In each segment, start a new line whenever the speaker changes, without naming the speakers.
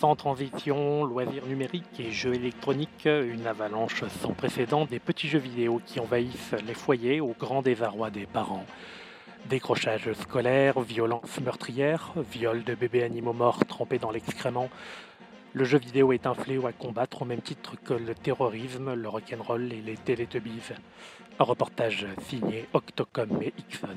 Sans transition, loisirs numériques et jeux électroniques, une avalanche sans précédent des petits jeux vidéo qui envahissent les foyers au grand désarroi des parents. Décrochage scolaire, violence meurtrière, viol de bébés animaux morts trempés dans l'excrément. Le jeu vidéo est un fléau à combattre au même titre que le terrorisme, le rock'n'roll et les télétubbies. Un reportage signé Octocom et Ixon.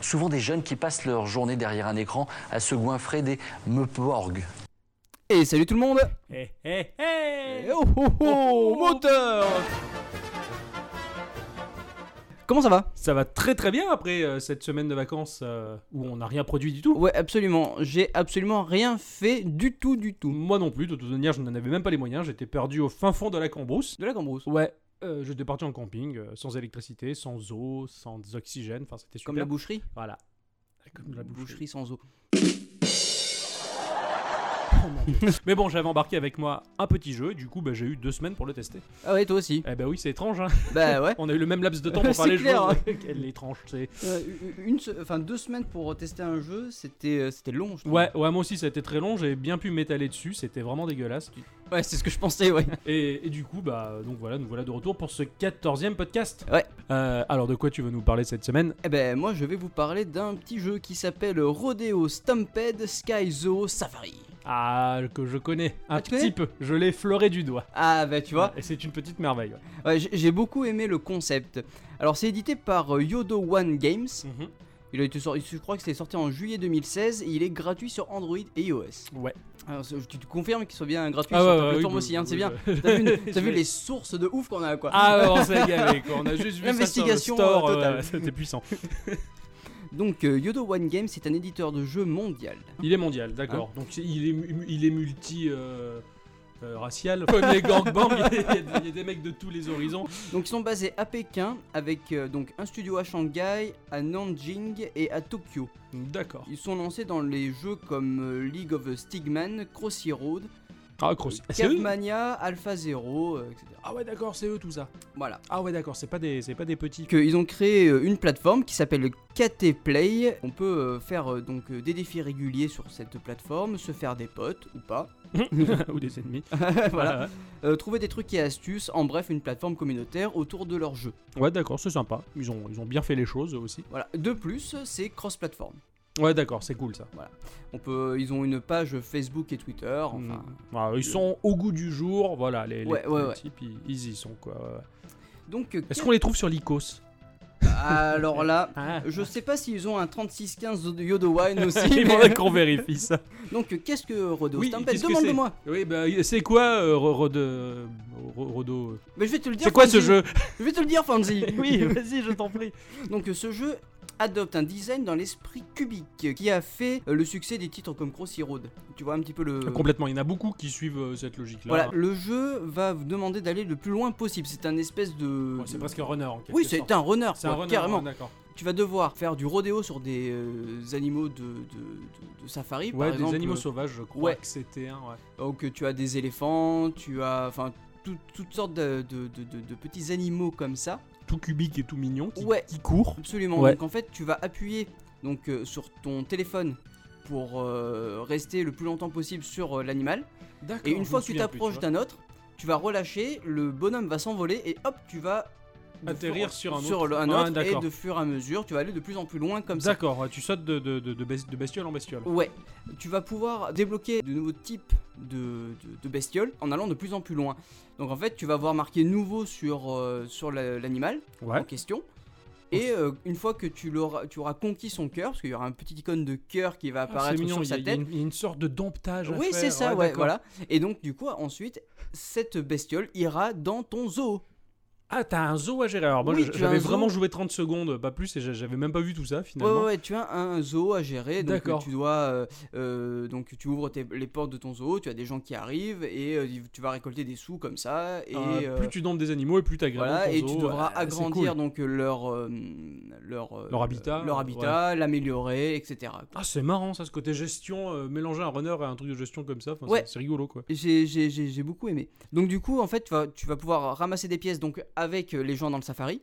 souvent des jeunes qui passent leur journée derrière un écran à se goinfrer des meuporgs.
Et salut tout le monde
Hé hé hé
Oh oh oh Moteur Comment ça va
Ça va très très bien après euh, cette semaine de vacances euh, où on n'a rien produit du tout.
Ouais absolument, j'ai absolument rien fait du tout du tout.
Moi non plus, de toute manière, je n'en avais même pas les moyens, j'étais perdu au fin fond de la cambrousse.
De la cambrousse.
Ouais, euh, j'étais parti en camping, euh, sans électricité, sans eau, sans oxygène, enfin c'était super.
Comme la boucherie
Voilà. Comme la
boucherie.
boucherie.
sans eau.
Mais bon, j'avais embarqué avec moi un petit jeu, et du coup bah, j'ai eu deux semaines pour le tester.
Ah ouais toi aussi.
Eh ben oui, c'est étrange, hein.
bah ouais.
on a eu le même laps de temps pour
C'est
faire les
clair, hein.
jeux. Ouais, Quelle étrange, c'est.
Euh, une, se- enfin deux semaines pour tester un jeu, c'était euh, c'était long. Je trouve.
Ouais, ouais, moi aussi ça a été très long, j'ai bien pu m'étaler dessus, c'était vraiment dégueulasse.
Ouais, c'est ce que je pensais. Ouais.
Et, et du coup, bah, donc voilà, nous voilà de retour pour ce 14e podcast.
Ouais.
Euh, alors, de quoi tu veux nous parler cette semaine
Eh ben moi je vais vous parler d'un petit jeu qui s'appelle Rodeo Stampede Sky Zoo Safari.
Ah, que je connais un
Ah, tu
petit peu, je l'ai fleuré du doigt.
Ah bah tu vois,
Et c'est une petite merveille. ouais.
Ouais, j'ai j'ai beaucoup aimé le concept. Alors, c'est édité par euh, Yodo One Games.
Mhm.
Il a été sorti, je crois que c'était sorti en juillet 2016 et il est gratuit sur Android et iOS.
Ouais.
Alors, c'est- tu te confirmes qu'il soit bien gratuit
Ah
sur
ouais,
ta
ouais,
plateforme
oui,
aussi,
bah,
hein, c'est
oui,
bien.
bah.
T'as vu, t'as
Je
vu
l'ai-
les sources de ouf qu'on a quoi.
Ah, ouais, on s'est égaré, quoi. On a juste vu ça sur le
L'investigation,
store,
euh, totale.
ouais, c'était puissant.
Donc, euh, Yodo One Games c'est un éditeur de jeux mondial.
Il est mondial, d'accord.
Hein
Donc c'est- il est, mu- il est multi. euh, euh, racial, comme les gangbangs, il y a- il y, a- il y a des mecs de tous les horizons.
Donc, ils sont basés à Pékin avec euh, donc un studio à Shanghai, à Nanjing et à Tokyo.
D'accord.
Ils sont lancés dans les jeux comme euh, League of Stigman, Crossy Road,
Ah, gros. C'est eux
Cavemania, Alpha Zero, euh, etc.
Ah ouais, d'accord, c'est eux tout ça.
Voilà.
Ah ouais, d'accord, c'est pas des, c'est pas des petits.
Que ils ont créé euh, une plateforme qui s'appelle KT Play. On peut euh, faire euh, donc euh, des défis réguliers sur cette plateforme, se faire des potes ou pas.
ou des ennemis.
voilà.
Ouais,
Euh, trouver des trucs et astuces. En bref, une plateforme communautaire autour de leur jeu.
Ouais, d'accord, c'est sympa. Ils ont, ils ont bien fait les choses eux aussi.
Voilà. De plus, c'est cross-platform.
Ouais, d'accord, c'est cool ça.
On peut, euh, ils ont une page Facebook et Twitter. Enfin. Euh,
Mm. Voilà, ils sont au goût du jour, voilà, les, les-
Ouais, ouais,
les
ouais.
types, ils, ils y sont quoi. ouais, ouais.
Donc, euh,
Est-ce qu'on les trouve sur l'ICOS
alors là.
ah.
Je sais pas s'ils ont un 3615 de Yoda Wine aussi. mais-
Il faudrait qu'on vérifie ça.
Donc, euh, qu'est-ce que Rodo
Oui,
Stampede
qu'est-ce que
Demande-moi.
Oui, bah, c'est quoi euh, Ro- Rode- euh, Ro- Rodo euh,
Mais je vais te le dire.
C'est quoi ce
Fancy.
jeu
Je vais te le dire, Fancy.
vas-y, je t'en prie.
Donc euh, ce jeu adopte un design dans l'esprit cubique euh, qui a fait euh, le succès des titres comme Crossy Road. Tu vois un petit peu le...
Ah, Complètement, il y en a beaucoup qui suivent euh, cette logique-là.
Euh. Voilà,
hein.
le jeu va vous demander d'aller le plus loin possible. C'est un espèce de...
Ouais, c'est presque un runner en quelque
Oui, c'est
sorte.
un runner,
C'est un
quoi,
runner,
carrément.
ouais, d'accord.
Tu vas devoir faire du rodéo sur des euh, animaux de, de- de- de safari, par
Ouais,
exemple. euh,
des animaux sauvages, je crois
ouais.
que c'était un. ouais.
Donc tu as des éléphants, tu as... Enfin, tout- toutes sortes de, de- de- de- de petits animaux comme ça.
Tout cubique et tout mignon qui,
Ouais.
qui court.
Absolument.
Ouais.
Donc en fait, tu vas appuyer donc euh, sur ton téléphone pour euh, rester le plus longtemps possible sur euh, l'animal.
D'accord.
Et une
je
fois
me
que tu
souviens plus,
t'approches
vois.
d'un autre, tu vas relâcher, le bonhomme va s'envoler et hop, tu vas de
Atterrir
fur-
sur un
sur
autre.
le- un
Ah,
autre et
d'accord.
de fur et à mesure, tu vas aller de plus en plus loin comme ça.
D'accord, ouais, tu sautes de, de, de, de bes- de bestiole en bestiole.
Ouais, tu vas pouvoir débloquer de nouveaux types de, de- de bestioles en allant de plus en plus loin. Donc en fait, tu vas voir marqué nouveau sur, euh, sur la- l'animal, en
Ouais.
question. Et euh, une fois que tu l'auras, tu auras conquis son cœur, parce qu'il y aura un petit icône de cœur qui va
Ah,
apparaître
c'est mignon,
sur
il y, a-
sa
il y a
tête.
une- il y a une sorte de domptage. à
Oui,
faire,
c'est ça, ouais,
d'accord.
voilà. Et donc, du coup, ensuite, cette bestiole ira dans ton zoo.
Ah, t'as un zoo à gérer. Alors, moi,
Oui,
j-
tu as
j'avais
un zoo.
vraiment joué 30 secondes, pas plus, et j'a- j'avais même pas vu tout ça
Ouais,
finalement.
ouais, ouais, tu as un zoo à gérer, donc euh,
D'accord.
tu dois, euh, euh, donc tu ouvres tes- les portes de ton zoo, tu as des gens qui arrivent et euh, tu vas récolter des sous comme ça et
Ah,
euh,
plus tu donnes des animaux et plus t'agrémentes
voilà
ton
et tu
zoo.
devras
Ah, c'est
agrandir
cool.
donc euh, leur euh, leur euh,
Leur habitat,
leur habitat, l'améliorer, etc. quoi.
Ah, c'est marrant ça, ce côté gestion, euh, mélanger un runner et un truc de gestion comme ça. Enfin,
Ouais.
c'est- C'est rigolo quoi.
J'ai j'ai- j'ai- j'ai beaucoup aimé. Donc du coup en fait tu vas, tu vas pouvoir ramasser des pièces donc avec euh, les gens dans le safari.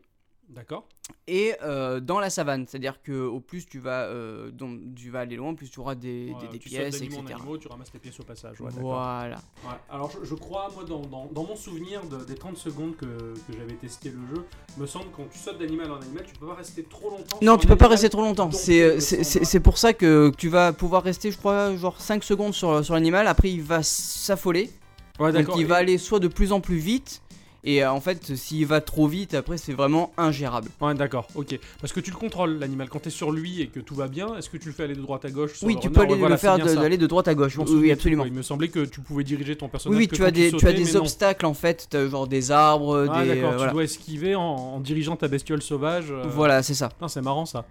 D'accord.
et euh, dans la savane. C'est-à-dire que au plus tu vas, euh, donc, tu vas aller loin, plus tu auras des, des-
Ouais,
des
tu sautes
pièces,
d'animaux
etc.
en animaux, tu ramasses tes pièces au passage. Ouais, d'accord.
voilà.
Ouais, alors je, je crois, moi, dans, dans- dans mon souvenir de- des 30 secondes que, que j'avais testé le jeu, me semble quand tu sautes d'animal en animal, tu peux pas rester trop longtemps.
Non,
sur
tu
un
peux pas
animal.
rester trop longtemps.
Donc,
C'est
euh,
euh, c'est-
sans
c'est-
bras.
c'est pour ça que tu vas pouvoir rester, je crois, genre 5 secondes sur, sur l'animal. Après, il va s'affoler.
Ouais,
donc,
Ah, d'accord.
il
Et-
va aller soit de plus en plus vite. Et euh, en fait, s'il va trop vite, après, c'est vraiment ingérable.
Ouais, d'accord, ok. Parce que tu le contrôles, l'animal. Quand t'es sur lui et que tout va bien, est-ce que tu le fais aller de droite à gauche sur
Oui,
le
tu
runner
peux
Ouais,
aller
voilà,
le faire
c'est bien
de-
ça.
d'aller de droite à gauche.
Je m'en
Oui,
souviens
oui,
plus,
absolument.
quoi. Il me semblait que tu pouvais diriger ton
Oui,
personnage.
oui,
que
tu
quand
as des, tu as
sautais,
des
mais non.
obstacles en fait, t'as genre des arbres,
Ah,
des.
d'accord,
euh,
tu
voilà,
dois esquiver en, en dirigeant ta bestiole sauvage. euh,
Voilà, c'est ça.
Putain, c'est marrant ça.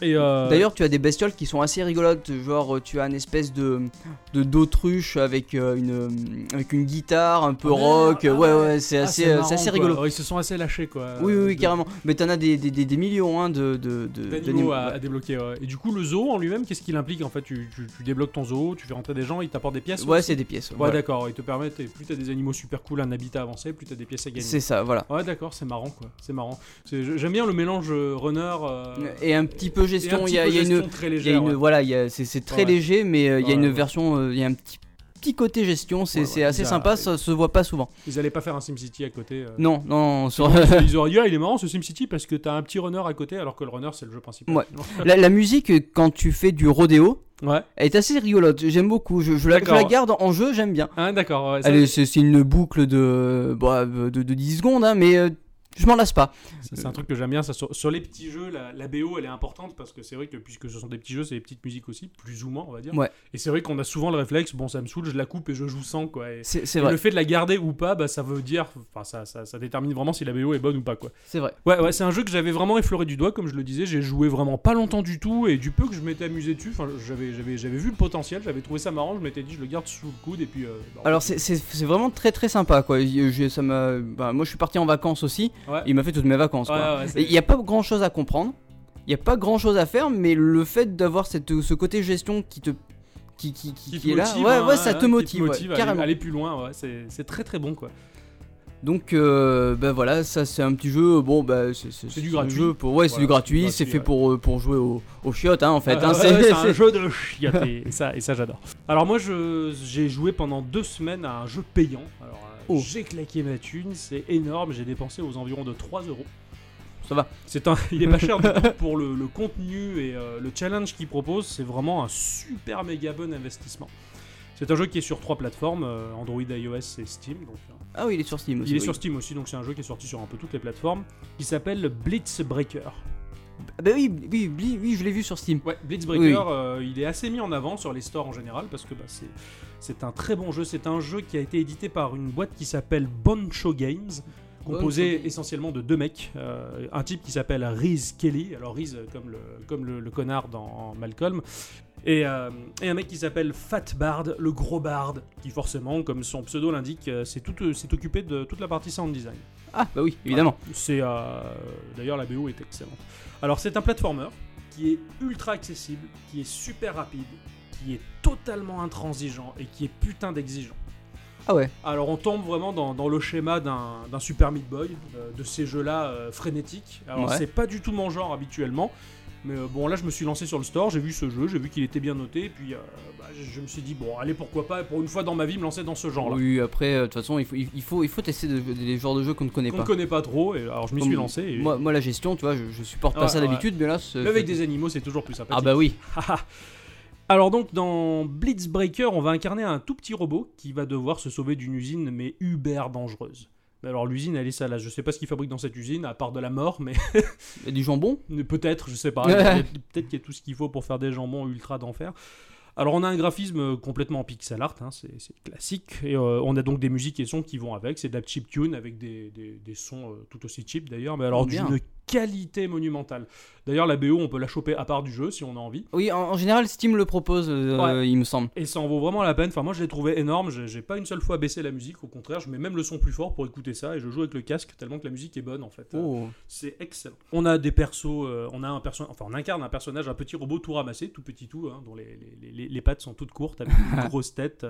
Et euh,
D'ailleurs, tu as des bestioles qui sont assez rigolotes, genre euh, tu as une espèce de de- d'autruche avec euh, une euh, avec une guitare un peu
Ah,
rock. ouais,
ah, ouais.
ouais, c'est
ah,
assez
c'est
euh,
marrant,
c'est assez
quoi.
rigolo.
Ouais, Ils se sont assez lâchés quoi.
Oui, oui, oui,
de-
carrément. Mais t'en as des, des, des- des millions hein, de, de, de-
d'animaux à,
ouais.
à débloquer. ouais. Et du coup, le zoo en lui-même, qu'est-ce qu'il implique en fait tu, tu- tu débloques ton zoo, tu fais rentrer des gens, ils t'apportent des pièces.
Ouais,
aussi
c'est des pièces.
Ouais,
ouais.
d'accord. Ils te permettent, et plus t'as des animaux super cool, un habitat avancé, plus t'as des pièces à gagner.
C'est ça, voilà.
Ouais, d'accord, c'est marrant quoi. C'est marrant. C'est- je- J'aime bien le mélange euh, runner. euh,
Et un petit peu
et un
gestion, il
petit
y a,
peu
il y a
gestion
une,
très
il y a
légère.
une
ouais.
voilà, il y a- c'est c'est très
Ouais.
léger, mais euh, il y a
Ouais,
une
ouais.
version, euh, il y a un petit petit côté gestion, c'est
Ouais,
c'est
ouais,
assez
bizarre,
sympa,
ouais.
ça se voit pas souvent.
Ils allaient pas faire un SimCity à côté. euh.
Non, non, sur-
Ils auraient dit, ah, il est marrant ce SimCity parce que t'as un petit runner à côté, alors que le runner c'est le jeu principal.
Ouais. la, la musique euh, quand tu fais du rodéo,
Ouais.
Elle est assez rigolote, j'aime beaucoup. Je, je la, je
D'accord.
la garde en jeu, j'aime bien.
Hein, d'accord. ouais, ça,
Allez, c'est c'est une boucle de, bah, de, de 10 secondes, hein, mais euh, je m'en lasse pas.
Ça, C'est un truc que j'aime bien. Ça, sur, sur les petits jeux, la, la BO, elle est importante parce que c'est vrai que puisque ce sont des petits jeux, c'est des petites musiques aussi, plus ou moins, on va dire.
Ouais.
Et c'est vrai qu'on a souvent le réflexe, bon, ça me saoule, je la coupe et je joue sans, quoi. Et,
C'est c'est
et
vrai,
le fait de la garder ou pas, bah, ça veut dire, enfin, ça, ça, ça détermine vraiment si la BO est bonne ou pas, quoi.
c'est vrai.
Ouais, ouais, c'est un jeu que j'avais vraiment effleuré du doigt, comme je le disais, j'ai joué vraiment pas longtemps du tout, et du peu que je m'étais amusé dessus, enfin, j'avais, j'avais, j'avais vu le potentiel, j'avais trouvé ça marrant, je m'étais dit, je le garde sous le coude, et puis. euh, bah,
Alors c'est- c'est c'est vraiment très très sympa quoi. Il- je- ça m'a- bah, moi je suis parti en vacances aussi.
Ouais.
Il m'a fait toutes mes vacances.
ouais,
quoi.
ouais, c'est-
Et Il n'y a pas grand chose à comprendre. Il n'y a pas grand chose à faire, mais le fait d'avoir cette- ce côté gestion qui te qui, qui, qui-
qui te
qui est là,
motive,
ouais,
hein,
ouais, ça
hein,
te
qui
motive, ouais,
à aller-
carrément.
aller plus loin, ouais, c'est, c'est très très bon, quoi.
Donc euh, bah voilà, ça c'est un petit jeu, bon bah c'est-
C'est du
un
gratuit.
jeu pour, ouais, c'est du
Voilà, c'est du
gratuit, c'est
gratuit,
fait
ouais.
pour, euh, pour jouer au, aux chiottes hein, en fait.
Ah
hein,
ouais,
c'est-
ouais, c'est un
c'est-
jeu de chiottes et, et ça, et ça j'adore. Alors moi je- j'ai joué pendant deux semaines à un jeu payant. Alors euh,
Oh.
j'ai claqué ma thune, c'est énorme, j'ai dépensé aux environs de 3 euros.
Ça va.
C'est un, il est pas cher du tout pour le, le contenu et euh, le challenge qu'il propose, c'est vraiment un super méga bon investissement. C'est un jeu qui est sur trois plateformes, euh, Android, iOS et Steam. Donc, euh,
Ah oui, il est sur Steam aussi.
il est
oui.
sur Steam aussi, donc c'est un jeu qui est sorti sur un peu toutes les plateformes. Il s'appelle Blitzbreaker.
Ah bah oui, oui, oui, oui, je l'ai vu sur Steam.
Ouais, Blitzbreaker,
Oui.
euh, il est assez mis en avant sur les stores en général parce que bah, c'est, c'est un très bon jeu. C'est un jeu qui a été édité par une boîte qui s'appelle Boncho Games, composée
Boncho Games.
essentiellement de deux mecs. Euh, un type qui s'appelle Reese Kelly, alors Reese euh, comme le, comme le, le connard dans Malcolm. Et, euh, et un mec qui s'appelle Fat Bard, le gros bard, qui forcément, comme son pseudo l'indique, euh, s'est tout, euh, s'est occupé de toute la partie sound design.
Ah bah oui, évidemment.
C'est euh, d'ailleurs la BO est excellente. Alors c'est un platformer qui est ultra accessible, qui est super rapide, qui est totalement intransigeant et qui est putain d'exigeant.
Ah ouais.
Alors on tombe vraiment dans, dans le schéma d'un d'un Super Meat Boy, euh, de ces jeux-là euh, frénétiques. Alors
Ouais.
c'est pas du tout mon genre habituellement, mais euh, bon là je me suis lancé sur le store, j'ai vu ce jeu, j'ai vu qu'il était bien noté, et puis euh, bah, je, je me suis dit bon allez pourquoi pas, pour une fois dans ma vie me lancer dans ce genre-là.
Oui, après, euh, de toute façon, il faut, il il faut, il faut tester de- de- les genres de jeux qu'on ne connaît
Qu'on ne
pas.
connaît pas trop, et alors je m'y
Comme-
suis lancé. et-
Moi, moi, la gestion, tu vois, je, je supporte
Ouais,
pas ça
ouais.
d'habitude, mais là, c'est-
Mais avec des animaux c'est toujours plus sympa.
Ah bah oui.
Alors donc dans Blitzbreaker, on va incarner un tout petit robot qui va devoir se sauver d'une usine mais uber dangereuse. Mais Alors l'usine elle est sale, je sais pas ce qu'ils fabriquent dans cette usine à part de la mort, mais
Et Du jambon
peut-être, je sais pas, il y a- peut-être qu'il y a tout ce qu'il faut pour faire des jambons ultra d'enfer. Alors on a un graphisme euh, complètement pixel art, hein, c'est c'est classique, et euh, on a donc des musiques et sons qui vont avec, c'est de la chip tune avec des, des- des sons euh, tout aussi cheap d'ailleurs, mais alors
Bien.
d'une qualité monumentale. D'ailleurs la BO on peut la choper à part du jeu si on a envie.
Oui, en, en général, Steam le propose, euh, il me semble.
Et ça en vaut vraiment la peine. Enfin, moi, je l'ai trouvé énorme. J'ai j'ai pas une seule fois baissé la musique. Au contraire, je mets même le son plus fort pour écouter ça et je joue avec le casque tellement que la musique est bonne en fait. Euh,
Oh.
C'est excellent. On a des persos. euh, on a un perso Enfin, on incarne un personnage, un petit robot tout ramassé, tout petit tout, hein, dont les, les- les- les pattes sont toutes courtes avec une grosse tête.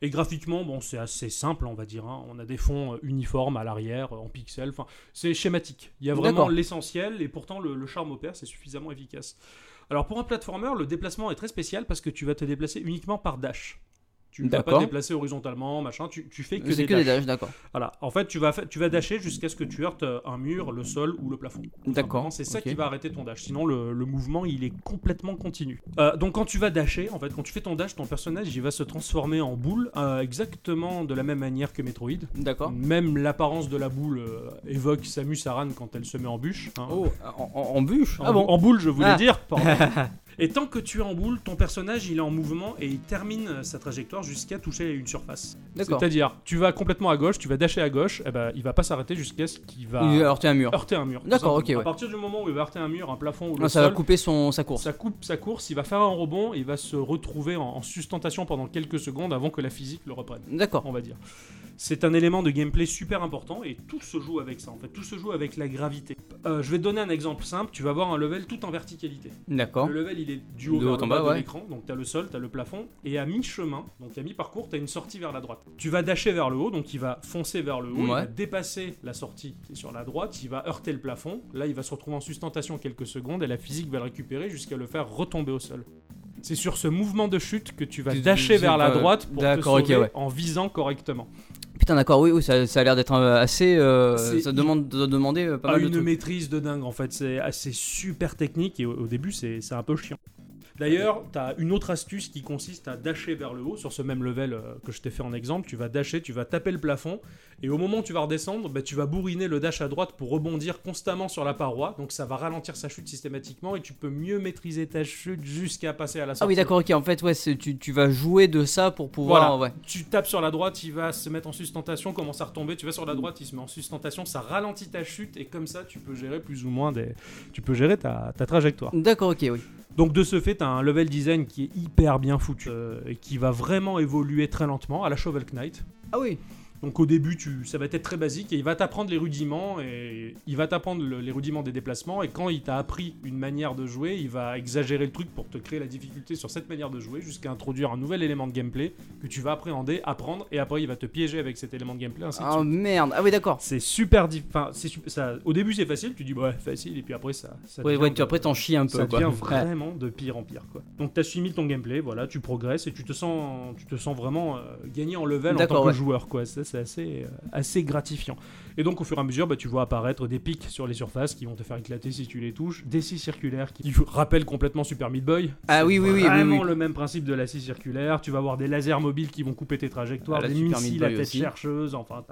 Et graphiquement, bon, c'est assez simple, on va dire. hein. On a des fonds euh, uniformes à l'arrière, euh, en pixels. Enfin, c'est schématique. Il y a vraiment
D'accord.
l'essentiel et pourtant le, le charme opère, c'est suffisamment efficace. Alors pour un platformer, le déplacement est très spécial parce que tu vas te déplacer uniquement par dash. Tu ne vas pas
D'accord.
te déplacer horizontalement, machin. Tu, tu fais que
C'est
des
que
dash.
des dash, d'accord.
Voilà. En fait, tu vas, fa- tu vas dasher jusqu'à ce que tu heurtes euh, un mur, le sol ou le plafond.
D'accord.
C'est ça
ok.
qui va arrêter ton dash. Sinon, le, le mouvement, il est complètement continu. Euh, donc, quand tu vas dasher, en fait, quand tu fais ton dash, ton personnage, il va se transformer en boule, euh, exactement de la même manière que Metroid.
D'accord.
Même l'apparence de la boule euh, évoque Samus Aran quand elle se met en bûche. hein.
Oh, en, en- en bûche
En,
Ah bon
en boule, je voulais
Ah.
dire. pardon. et tant que tu es en boule, ton personnage, il est en mouvement et il termine euh, sa trajectoire jusqu'à toucher une surface.
D'accord.
C'est-à-dire, tu vas complètement à gauche, tu vas dasher à gauche, et ben, il va pas s'arrêter jusqu'à ce qu'il va
Il a heurté un mur.
heurter un mur. tout
D'accord,
simplement.
ok, ouais.
À partir du moment où il va heurter un mur, un plafond ou le
Non, ça va
sol,
couper son, sa course.
ça coupe sa course, il va faire un rebond et il va se retrouver en, en sustentation pendant quelques secondes avant que la physique le reprenne,
D'accord.
on va dire. C'est un élément de gameplay super important et tout se joue avec ça en fait, tout se joue avec la gravité. Euh, je vais te donner un exemple simple, tu vas voir un level tout en verticalité.
D'accord.
Le level il est du haut,
De
vers
haut
le
en
bas
bas,
de
ouais.
l'écran, donc t'as le sol, t'as le plafond, et à mi-chemin, donc à mi-parcours, t'as une sortie vers la droite. Tu vas dasher vers le haut, donc il va foncer vers le haut, il
Ouais.
va dépasser la sortie qui est sur la droite, il va heurter le plafond, là il va se retrouver en sustentation quelques secondes, et la physique va le récupérer jusqu'à le faire retomber au sol. C'est sur ce mouvement de chute que tu vas
Tu- tu-
dasher
tu-
vers la
euh,
droite pour te
d'accord,
sauver
ok, ouais.
en visant correctement.
Putain, d'accord, oui, oui, ça, ça a l'air d'être euh, assez. euh,
C'est-
ça demande de demander euh, pas
Ah,
mal de
une
trucs.
maîtrise de dingue en fait, c'est assez super technique et au, au début c'est c'est un peu chiant. D'ailleurs, t'as une autre astuce qui consiste à dasher vers le haut sur ce même level euh, que je t'ai fait en exemple. Tu vas dasher, tu vas taper le plafond et au moment où tu vas redescendre, bah, tu vas bourriner le dash à droite pour rebondir constamment sur la paroi. Donc ça va ralentir sa chute systématiquement et tu peux mieux maîtriser ta chute jusqu'à passer à la sortie.
Ah oui, d'accord, ok. En fait, ouais, c'est- tu, tu vas jouer de ça pour pouvoir.
Voilà.
ouais.
Tu tapes sur la droite, il va se mettre en sustentation, commence à retomber. Tu vas sur la droite, il se met en sustentation, ça ralentit ta chute et comme ça, tu peux gérer plus ou moins des, tu peux gérer ta, ta trajectoire.
D'accord, ok, oui.
Donc de ce fait, t'as un level design qui est hyper bien foutu, euh, et qui va vraiment évoluer très lentement à la Shovel Knight.
Ah oui,
Donc au début, tu, ça va être très basique et il va t'apprendre les rudiments et il va t'apprendre le- les rudiments des déplacements et quand il t'a appris une manière de jouer, il va exagérer le truc pour te créer la difficulté sur cette manière de jouer jusqu'à introduire un nouvel élément de gameplay que tu vas appréhender, apprendre et après il va te piéger avec cet élément de gameplay ainsi de
Ah
suite.
merde, ah oui d'accord.
C'est super diff- enfin, c'est sup- ça au début c'est facile, tu dis bah, ouais, facile et puis après ça ça
Ouais,
devient
ouais,
de-
tu après t'en chies un peu
ça
quoi.
devient
Ouais.
vraiment de pire en pire quoi. Donc t'assimiles ton gameplay, voilà, tu progresses et tu te sens, tu te sens vraiment euh, gagner en level en
D'accord,
tant que
ouais.
joueur quoi. Ça c'est assez, euh, assez gratifiant. Et donc au fur et à mesure, bah, tu vois apparaître des pics sur les surfaces qui vont te faire éclater si tu les touches, des scies circulaires qui, qui rappellent complètement Super Meat Boy.
Ah oui, oui, oui, oui,
Vraiment
oui.
le même principe de la scie circulaire. Tu vas avoir des lasers mobiles qui vont couper tes trajectoires,
Ah, la
des
Super Meat
missiles à
Boy
tête
aussi.
chercheuse. Enfin,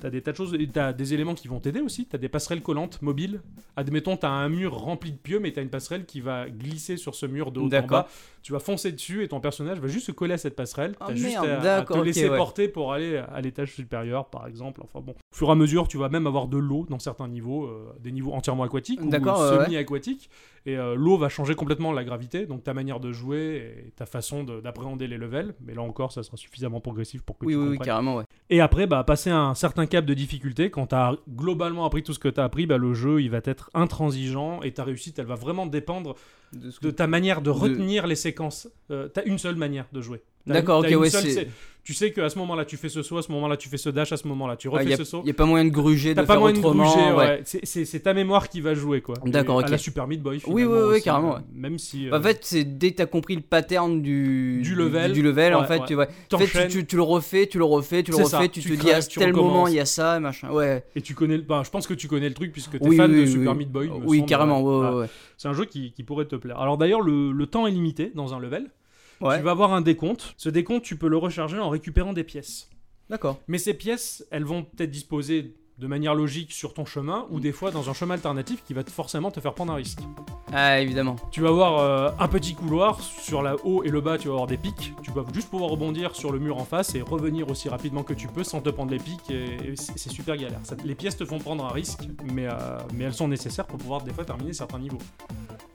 t'as as des tas de choses. Et T'as des éléments qui vont t'aider aussi. T'as des passerelles collantes mobiles. Admettons, t'as un mur rempli de pieux, mais t'as une passerelle qui va glisser sur ce mur de haut en
D'accord.
bas. Tu vas foncer dessus et ton personnage va juste se coller à cette passerelle.
Ah,
t'as juste
merde,
à, à te
d'accord, ok,
laisser
ouais.
porter pour aller à l'étage supérieur, par exemple. Enfin bon. Au fur et à mesure, tu vas même avoir de l'eau dans certains niveaux, euh, des niveaux entièrement aquatiques ou
D'accord, ouais, ouais.
semi-aquatiques. Et euh, l'eau va changer complètement la gravité, donc ta manière de jouer et ta façon de- d'appréhender les levels. Mais là encore, ça sera suffisamment progressif pour que
Oui,
tu
oui, oui,
comprennes.
carrément, ouais.
et après, bah, passer à un certain cap de difficulté, quand tu as globalement appris tout ce que tu as appris, bah, le jeu il va être intransigeant et ta réussite, elle va vraiment dépendre
De ce que-
de ta manière de retenir les séquences. Euh, t'as une seule manière de jouer. T'as
D'accord,
une-
ok,
t'as une
ouais,
seule
c'est-
sé- Tu sais qu'à ce moment-là, tu fais ce saut, à ce moment-là, tu fais ce dash, à ce moment-là, tu
Ah,
refais
y a,
ce saut.
y a pas moyen de gruger,
T'as
de
pas
faire
moyen de
autrement.
gruger,
ouais.
ouais. C'est- C'est c'est ta mémoire qui va jouer, quoi.
D'accord,
Et À
ok.
la Super Meat Boy,
Oui, oui,
finalement,
oui,
aussi,
carrément,
euh, Même si...
Bah,
euh,
en fait, c'est dès que t'as compris le pattern du,
Du level.
du, level,
Ouais,
en fait,
ouais.
tu, vois. En fait, tu-
t'enchaînes.
tu, tu le refais, tu le refais, tu le
C'est
refais,
ça,
tu,
tu
te dis
crèves,
à
tu
tel moment
recommences.
il y a ça, machin. Ouais.
Et tu connais, bah, je pense que tu connais le truc puisque t'es
oui,
fan
oui,
de
oui,
Super
oui.
Meat Boy. il me
Oui,
semble,
carrément,
ouais.
ouais,
Ouais.
ouais,
C'est un jeu qui, qui pourrait te plaire. Alors d'ailleurs, le, le temps est limité dans un level.
ouais. Ouais.
Tu vas avoir un décompte. Ce décompte, tu peux le recharger en récupérant des pièces.
D'accord.
Mais ces pièces, elles vont peut-être disposer de manière logique sur ton chemin
Mm.
ou des fois dans un chemin alternatif qui va te- forcément te faire prendre un risque.
Ah, évidemment.
Tu vas avoir euh, un petit couloir, sur la haut et le bas tu vas avoir des pics, tu vas juste pouvoir rebondir sur le mur en face et revenir aussi rapidement que tu peux sans te prendre les pics et, et c'est c'est super galère. Ça te- les pièces te font prendre un risque mais, euh, mais elles sont nécessaires pour pouvoir des fois terminer certains niveaux.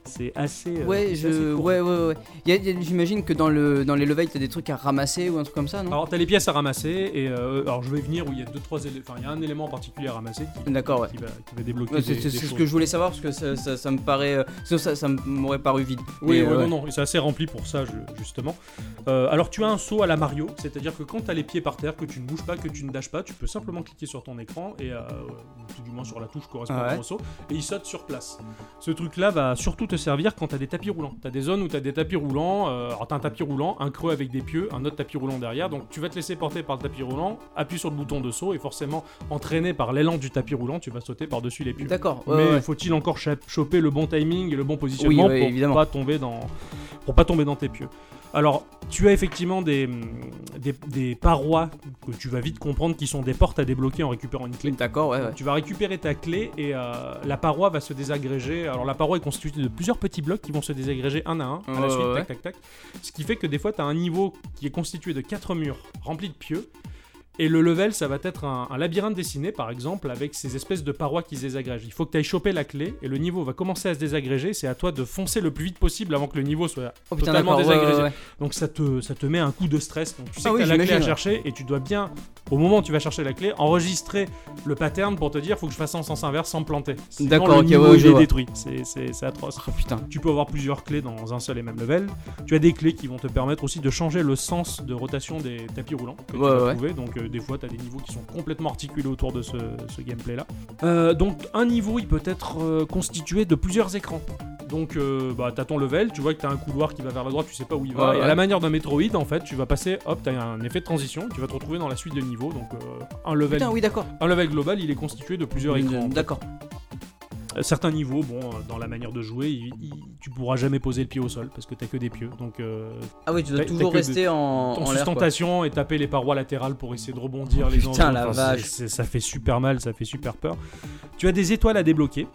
C'est assez... euh,
Ouais,
c'est
je,
assez court.
ouais, ouais, ouais. Y a- y a- J'imagine que dans, le, dans les levels, t'as des trucs à ramasser ou un truc comme ça, non
Alors t'as les pièces à ramasser et euh, alors je vais y venir où il y a deux trois élé- enfin il y a un élément en particulier à ramasser qui,
D'accord, ouais.
qui va, qui va débloquer
Ouais,
des-
C'est c'est-
des
c'est ce
choses.
que je voulais savoir parce que ça, ça- ça me paraît. euh, sinon, ça, ça m'aurait paru vide.
Oui,
Mais,
ouais,
euh,
non, non, c'est assez rempli pour ça, je- justement. Euh, alors, tu as un saut à la Mario, c'est-à-dire que quand tu as les pieds par terre, que tu ne bouges pas, que tu ne dashes pas, tu peux simplement cliquer sur ton écran, et euh, ou tout du moins sur la touche correspondant
Ah ouais.
au saut, et il saute sur place. Ce truc-là va surtout te servir quand tu as des tapis roulants. Tu as des zones où tu as des tapis roulants, euh, alors tu un tapis roulant, un creux avec des pieux, un autre tapis roulant derrière, donc tu vas te laisser porter par le tapis roulant, appuie sur le bouton de saut, et forcément, entraîné par l'élan du tapis roulant, tu vas sauter par-dessus les pieux.
D'accord, ouais,
hein. Mais
ouais.
faut-il encore cha- choper le bon timing et le bon positionnement
Oui, oui,
pour
évidemment.
pas tomber dans pour pas tomber dans tes pieux. Alors, tu as effectivement des, hum, des, des parois que tu vas vite comprendre qui sont des portes à débloquer en récupérant une clé.
D'accord, ouais, ouais.
Tu vas récupérer ta clé et euh, la paroi va se désagréger. Alors la paroi est constituée de plusieurs petits blocs qui vont se désagréger un à un à la
Ouais,
suite,
ouais,
tac tac tac. Ce qui fait que des fois tu as un niveau qui est constitué de quatre murs remplis de pieux. Et le level, ça va être un, un labyrinthe dessiné, par exemple, avec ces espèces de parois qui se désagrègent. Il faut que tu ailles choper la clé, et le niveau va commencer à se désagréger. C'est à toi de foncer le plus vite possible avant que le niveau soit
Oh, putain,
totalement
d'accord, ouais, ouais,
désagrégé.
ouais.
donc ça te, ça te met un coup de stress. Donc tu sais
Ah
que
oui,
t'as la clé à
j'imagine, ouais.
chercher et tu dois bien, au moment où tu vas chercher la clé, enregistrer le pattern pour te dire faut que je fasse en sens inverse sans me planter. Sinon,
D'accord,
le
ok,
niveau,
ouais,
il
je
est
vois.
détruit. C'est- C'est c'est atroce.
Oh, putain.
Tu peux avoir plusieurs clés dans un seul et même level. Tu as des clés qui vont te permettre aussi de changer le sens de rotation des tapis roulants que tu
Ouais,
vas
ouais.
trouver. Donc euh, des fois, tu as des niveaux qui sont complètement articulés autour de ce, ce gameplay-là. Euh, donc un niveau, il peut être euh, constitué de plusieurs écrans. Donc euh, bah, tu as ton level, tu vois que tu as un couloir qui va vers la droite, tu sais pas où il va.
Ouais,
et à
ouais.
la manière d'un Metroid, en fait, tu vas passer, hop, tu as un effet de transition, tu vas te retrouver dans la suite de niveaux. Donc euh, un, level,
Putain, oui, d'accord.
un level global, il est constitué de plusieurs écrans. en fait.
D'accord.
Euh, certains niveaux, bon, euh, dans la manière de jouer, il- il- tu pourras jamais poser le pied au sol parce que t'as que des pieux. Donc, euh,
Ah, oui, tu dois
T'as- t'as
toujours
que de-
rester en,
en
en l'air. quoi.
sustentation et taper les parois latérales pour essayer de rebondir les
Putain,
enjeux,
la
c'est-
vache.
c'est- ça fait super mal, ça fait super peur. Tu as des étoiles à débloquer.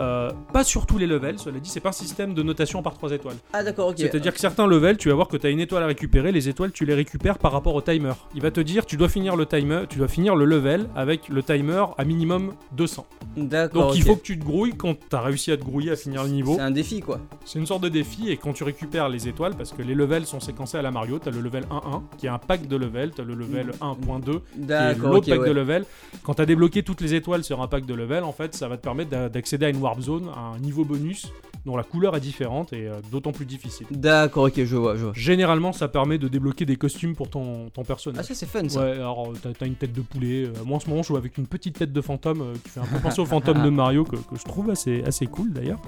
Euh, pas sur tous les levels, cela dit, c'est pas un système de notation par trois étoiles.
Ah, d'accord, ok.
C'est-à-dire que certains levels, tu vas voir que tu as une étoile à récupérer, les étoiles, tu les récupères par rapport au timer. Il va te dire, tu dois finir le timer, tu dois finir le level avec le timer à minimum 200. Donc
D'accord.
il
ok.
faut que tu te grouilles quand tu as réussi à te grouiller à finir le niveau.
C'est un défi, quoi.
C'est une sorte de défi et quand tu récupères les étoiles, parce que les levels sont séquencés à la Mario, t'as le level 1.1 qui est un pack de level, t'as le level 1.2 qui est
Mm. D'accord,
l'autre
ok.
pack
ouais.
de level. Quand t'as débloqué toutes les étoiles sur un pack de level, en fait, ça va te permettre d'a- d'accéder à une warp zone, à un niveau bonus dont la couleur est différente et euh, d'autant plus difficile.
D'accord, ok, je vois, je vois.
Généralement, ça permet de débloquer des costumes pour ton, ton
Ah,
personnage.
ça, c'est fun, ça.
Ouais, alors euh, t'as- t'as une tête de poulet. euh, moi en ce moment, je joue avec une petite tête de fantôme euh, qui fait un peu penser au fantôme de Mario que, que je trouve assez, assez cool d'ailleurs.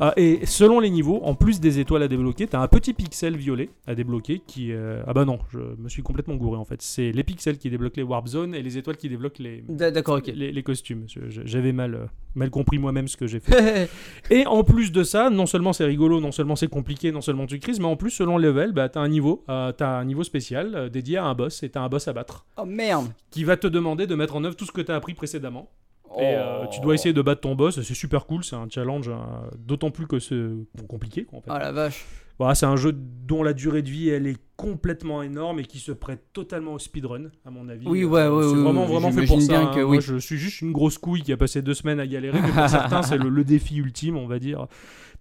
Ah, et selon les niveaux, en plus des étoiles à débloquer, t'as un petit pixel violet à débloquer qui. euh, Ah bah non, je me suis complètement gouré en fait. C'est les pixels qui débloquent les warp zones et les étoiles qui débloquent les,
D'a- D'accord, ok.
les, les costumes. Je- je- J'avais mal, euh, mal compris moi-même ce que j'ai fait. Et en plus de ça, non seulement c'est rigolo, non seulement c'est compliqué, non seulement tu crises, mais en plus selon le level, bah, t'as un niveau, euh, t'as un niveau spécial euh, dédié à un boss et t'as un boss à battre
oh merde.
qui va te demander de mettre en œuvre tout ce que t'as appris précédemment.
Oh.
Et euh, tu dois essayer de battre ton boss, c'est super cool, c'est un challenge hein, d'autant plus que c'est bon, compliqué. Quoi, en fait.
Ah la vache.
Voilà, c'est un jeu dont la durée de vie elle est complètement énorme et qui se prête totalement au speedrun à mon avis.
Oui,
Euh,
ouais,
c'est
ouais, ouais,
vraiment
ouais,
vraiment fait pour
j'imagine
ça.
bien
hein.
que
Moi,
oui.
je suis juste une grosse couille qui a passé deux semaines à galérer. Mais pour certains, c'est le, le défi ultime, on va dire.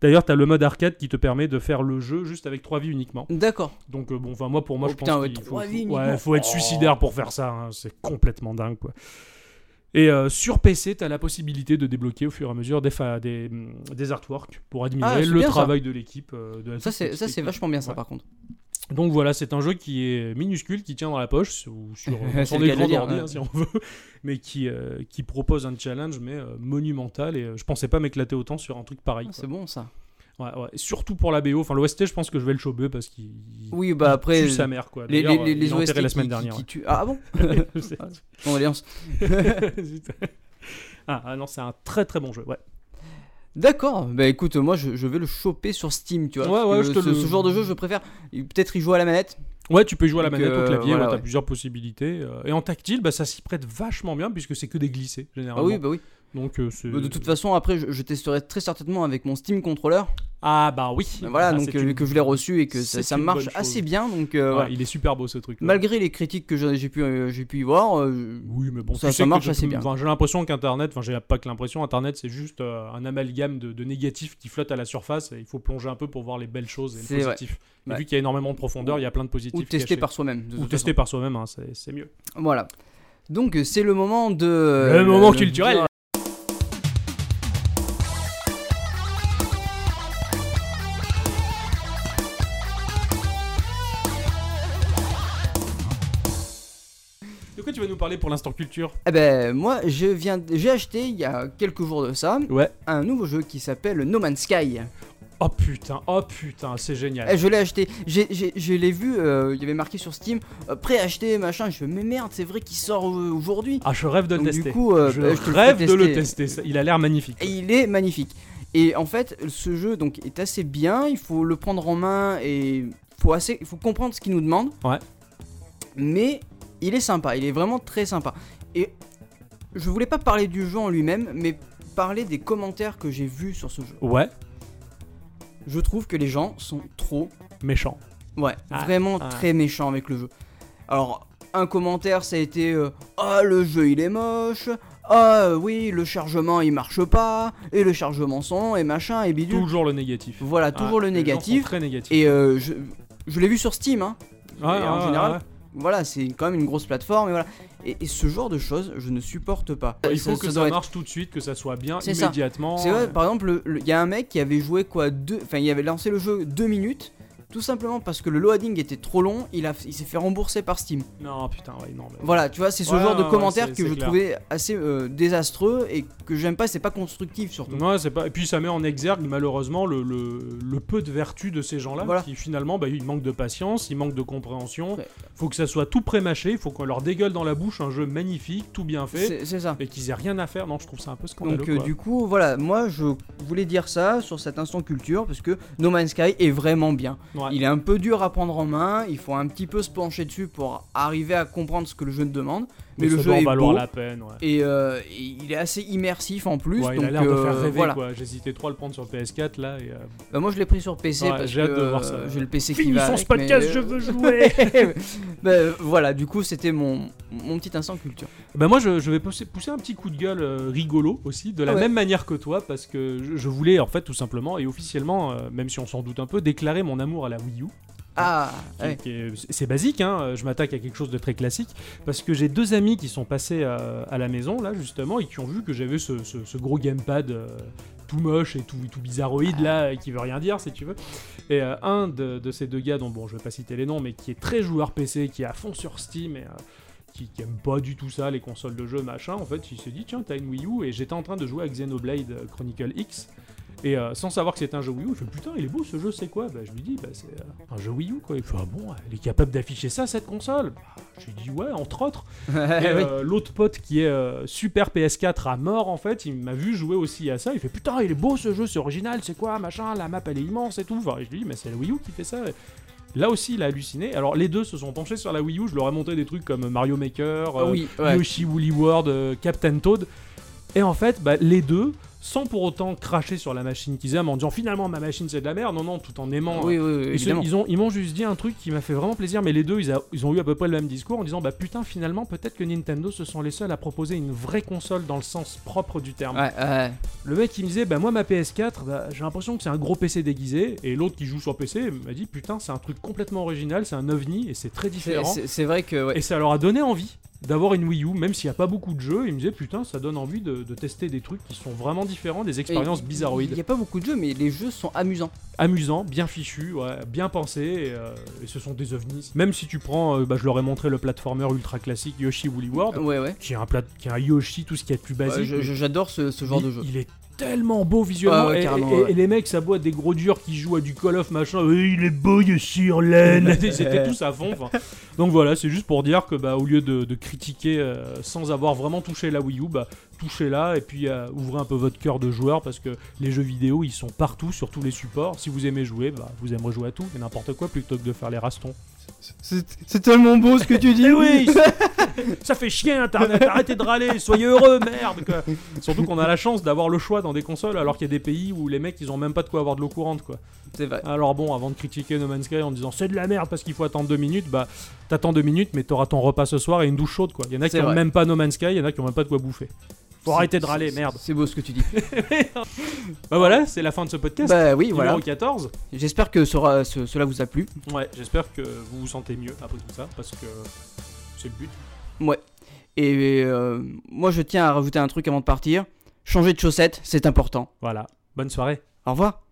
D'ailleurs, t'as le mode arcade qui te permet de faire le jeu juste avec trois vies uniquement.
D'accord.
Donc euh, bon, enfin moi pour moi
Oh,
je
putain,
pense
ouais,
qu'il faut,
trois vies
faut- ouais,
uniquement.
faut être suicidaire pour faire ça, hein, c'est complètement dingue quoi. Et euh, sur PC, t'as la possibilité de débloquer au fur et à mesure des, fa- des, hum, des artworks pour admirer
Ah, c'est
le
bien, ça.
travail de l'équipe. euh, de la
Ça
toute
c'est
l'équipe.
ça c'est vachement bien ça
Ouais.
par contre.
Donc voilà, c'est un jeu qui est minuscule, qui tient dans la poche ou sur
C'est
euh, son
le cas de
écran
le dire,
d'ordi,
ouais.
hein, si on veut, mais qui, euh, qui propose un challenge mais euh, monumental. Et euh, je pensais pas m'éclater autant sur un truc pareil.
Ah,
quoi.
C'est bon ça.
Ouais, ouais. Et Surtout pour la BO. Enfin, l'OST, je pense que je vais le choper parce qu'il
Oui bah après
tue sa mère quoi.
les les
D'ailleurs,
les,
il
les
l'a enterré
OST
la
qui-
semaine
qui-
dernière.
qui tuent- Ah ah bon
ouais. C'est-
Bon alliance.
Zut. ah, ah non, c'est un très très bon jeu. Ouais.
D'accord. Bah écoute moi je, je vais le choper sur Steam tu vois.
Ouais,
parce
ouais,
que
je te
ce,
le-
ce genre de jeu je préfère peut-être y jouer à la manette
Ouais, tu peux jouer à la
Donc,
manette, au
euh,
clavier,
voilà,
ouais, t'as
ouais.
plusieurs possibilités. euh, Et en tactile, bah, ça s'y prête vachement bien puisque c'est que des glissés,
Ah
généralement.
oui, bah oui.
Donc, euh, c'est-
Bah, De toute façon, après, je, je testerai très certainement avec mon Steam Controller.
Ah bah oui.
Voilà,
Ah,
donc
c'est
euh,
une-
que je l'ai reçu et que ça,
c'est
ça
une
marche
bonne chose.
assez bien. Donc, euh,
Ouais,
voilà.
Il est super beau ce truc. là.
malgré les critiques que j'ai j'ai pu, euh, j'ai pu y voir, euh,
Oui, mais bon,
Ça-
tu
ça
sais que
marche
de-
assez bien.
enfin, j'ai l'impression qu'Internet, enfin, j'ai pas que l'impression, Internet, c'est juste euh, un amalgame de, de négatifs qui flottent à la surface. Et il faut plonger un peu pour voir les belles choses et
C'est
les
vrai.
positifs. Et
Ouais.
vu qu'il y a énormément de profondeur, il y a plein de positifs.
ou tester
cachés.
par soi-même. de
ou
toute
tester par soi-même, hein, c'est c'est mieux.
façon. Voilà. Donc, euh, c'est le moment de.
le,
euh,
moment culturel. De quoi tu vas nous parler pour l'instant culture
Eh ben, moi, je viens, j'ai acheté il y a quelques jours de ça
Ouais.
un nouveau jeu qui s'appelle No Man's Sky.
Oh putain, oh putain, c'est génial.
Eh, je l'ai acheté. J'ai- j'ai- Je l'ai vu, euh, il y avait marqué sur Steam, euh, préacheté, machin. Je fais, mais merde, c'est vrai qu'il sort euh, aujourd'hui.
Ah, je rêve de le
Donc,
tester.
du coup, euh,
je
bah, je te le
rêve
ferai
de le
tester.
tester. ça- Il a l'air magnifique.
Et il est magnifique. Et en fait, ce jeu donc est assez bien. Il faut le prendre en main et faut assez, il faut comprendre ce qu'il nous demande.
Ouais.
Mais il est sympa. Il est vraiment très sympa. Et je voulais pas parler du jeu en lui-même, mais parler des commentaires que j'ai vus sur ce jeu.
Ouais,
Je trouve que les gens sont trop
méchant.
Ouais,
Ah,
vraiment
ah.
très méchant avec le jeu. Alors, un commentaire, ça a été euh, Ah, le jeu il est moche. Ah, euh, oui, le chargement il marche pas. Et le chargement son et machin et bidule.
Toujours le négatif.
Voilà, toujours
Ah,
le
les gens sont
négatif.
Très négatif.
Et euh, je, je l'ai vu sur Steam, hein.
Ouais,
et en
ouais,
général,
ouais.
Voilà, c'est quand même une grosse plateforme. Et, voilà. et, et ce genre de choses, je ne supporte pas.
il faut que ça,
doit être-
marche tout de suite, que ça soit bien
C'est ça.
immédiatement.
C'est vrai, par exemple, le- le- il y a un mec qui avait joué quoi deux, enfin il avait lancé le jeu deux minutes, tout simplement parce que le loading était trop long, il, a, il s'est fait rembourser par Steam.
Non, putain, ouais, non. mais-
Voilà, tu vois, c'est ce
Ouais,
genre de
ouais,
commentaires
ouais, c'est-
que je
c'est clair.
trouvais assez euh, désastreux et que j'aime pas, c'est pas constructif surtout.
Ouais, c'est pas... Et puis ça met en exergue malheureusement le, le- le peu de vertu de ces gens-là
Voilà.
qui finalement bah, ils manquent de patience, ils manquent de compréhension.
Ouais.
Faut que ça soit tout prémâché, faut qu'on leur dégueule dans la bouche un jeu magnifique, tout bien fait,
C'est c'est ça.
et qu'ils aient rien à faire. Non, je trouve ça un peu scandaleux.
Donc euh,
quoi.
du coup, voilà, moi je voulais dire ça sur cet instant culture parce que No Man's Sky est vraiment bien.
Ouais.
Il est un peu dur à prendre en main, il faut un petit peu se pencher dessus pour arriver à comprendre ce que le jeu te demande, mais,
ça
le jeu
doit en
est
valoir
beau.
la peine. Ouais.
Et euh, il est assez immersif en plus.
Ouais, il
donc,
a l'air de
euh,
faire rêver
voilà.
quoi. J'hésitais trop à le prendre sur le PS4 là. Et, euh,
Bah, moi je l'ai pris sur PC
Ouais,
parce
j'ai hâte
que
de voir ça.
euh, j'ai le PC qui va.
Finissons ce
avec,
podcast,
mais,
je veux jouer.
euh, bah, euh, voilà, du coup c'était mon, mon petit instant culture.
Bah moi je, je vais pousser, pousser un petit coup de gueule euh, rigolo aussi, de la
Ah ouais.
même manière que toi, parce que je, je voulais en fait tout simplement et officiellement, euh, même si on s'en doute un peu, déclarer mon amour à la Wii U.
Ah,
qui-
ouais.
qui est- c'est- c'est basique, hein, euh, je m'attaque à quelque chose de très classique, parce que j'ai deux amis qui sont passés euh, à la maison là justement et qui ont vu que j'avais ce, ce- ce gros gamepad euh, tout moche et tout, tout bizarroïde là, et qui veut rien dire si tu veux. Et euh, un de, de ces deux gars, dont bon je vais pas citer les noms, mais qui est très joueur PC, qui est à fond sur Steam et euh, qui, qui aime pas du tout ça, les consoles de jeux, machin, en fait, il s'est dit, tiens, t'as une Wii U, et j'étais en train de jouer à Xenoblade euh, Chronicle X, et euh, sans savoir que c'était un jeu Wii U, je fais, putain, il est beau ce jeu, c'est quoi Bah, je lui dis, bah, c'est euh, un jeu Wii U, quoi. Il fait, ah bon, elle est capable d'afficher ça, cette console Bah, Je lui dis, ouais, entre autres. Et,
Eh Oui.
euh, L'autre pote qui est euh, super PS4 à mort, en fait, il m'a vu jouer aussi à ça, il fait, putain, il est beau ce jeu, c'est original, c'est quoi, machin, la map, elle est immense et tout. Enfin, et je lui dis, mais c'est la Wii U qui fait ça. Là aussi, il a halluciné. Alors, les deux se sont penchés sur la Wii U. Je leur ai monté des trucs comme Mario Maker,
Ah
euh,
oui, ouais.
Yoshi Woolly World, euh, Captain Toad. Et en fait, bah, les deux, sans pour autant cracher sur la machine qu'ils aiment en disant finalement ma machine c'est de la merde, non, non, tout en aimant. hein.
oui, oui, oui,
euh, Ils se-
évidemment.
ils ont- ils m'ont juste dit un truc qui m'a fait vraiment plaisir, mais les deux, ils, a- ils ont eu à peu près le même discours en disant bah putain, finalement, peut-être que Nintendo, ce sont les seuls à proposer une vraie console dans le sens propre du terme.
Ouais, ouais.
Le mec il me disait bah moi ma PS4 bah, j'ai l'impression que c'est un gros PC déguisé et l'autre qui joue sur PC m'a dit putain c'est un truc complètement original c'est un ovni et c'est très
C'est-
différent
C'est c'est vrai que. ouais.
et ça leur a donné envie d'avoir une Wii U même s'il n'y a pas beaucoup de jeux ils me disaient putain ça donne envie de, de tester des trucs qui sont vraiment différents des expériences
Et- Il
bizarroïdes
n'y a pas beaucoup de jeux, mais les jeux sont amusants.
amusants bien fichus ouais, bien pensés et, euh, et ce sont des ovnis même si tu prends euh, bah, je leur ai montré le platformer ultra classique Yoshi Woolly World
Ouais, ouais.
qui est un plat qui est un Yoshi tout ce qui est de plus
Euh, Ouais,
basique
je- je- J'adore ce, ce genre
il,
de jeu.
il est tellement beau visuellement.
Ouais, ouais,
et,
carrément,
et- et-
ouais.
et les mecs, ça boit des gros durs qui jouent à du Call of machin. Euh, il est beau, Yoshi en laine. Ils étaient tous à fond. enfin. Donc voilà, c'est juste pour dire que bah, au lieu de, de critiquer euh, sans avoir vraiment touché la Wii U, bah, touchez-la et puis euh, ouvrez un peu votre cœur de joueur parce que les jeux vidéo ils sont partout sur tous les supports. Si vous aimez jouer, bah, vous aimerez jouer à tout et n'importe quoi plutôt que de faire les rastons.
C'est c'est tellement beau ce que tu dis.
Eh oui, Ça fait chier Internet, arrêtez de râler, soyez heureux, merde quoi. Surtout qu'on a la chance d'avoir le choix dans des consoles alors qu'il y a des pays où les mecs ils ont même pas de quoi avoir de l'eau courante quoi.
C'est vrai.
Alors bon, avant de critiquer No Man's Sky en disant c'est de la merde parce qu'il faut attendre deux minutes, bah t'attends deux minutes mais t'auras ton repas ce soir et une douche chaude quoi. Il y en a qui
C'est
ont
vrai.
même pas No Man's Sky, il y en a qui ont même pas de quoi bouffer. Faut
C'est-
arrêter de
c'est-
râler,
c'est-
merde.
C'est beau ce que tu dis.
Bah voilà, c'est la fin de ce podcast.
bah oui,
numéro
voilà.
14.
J'espère que ça aura- ce- cela vous a plu.
Ouais, j'espère que vous vous sentez mieux après tout ça parce que c'est le but.
Et euh, moi, je tiens à rajouter un truc avant de partir. Changer de chaussettes, c'est important.
Voilà. Bonne soirée.
Au revoir.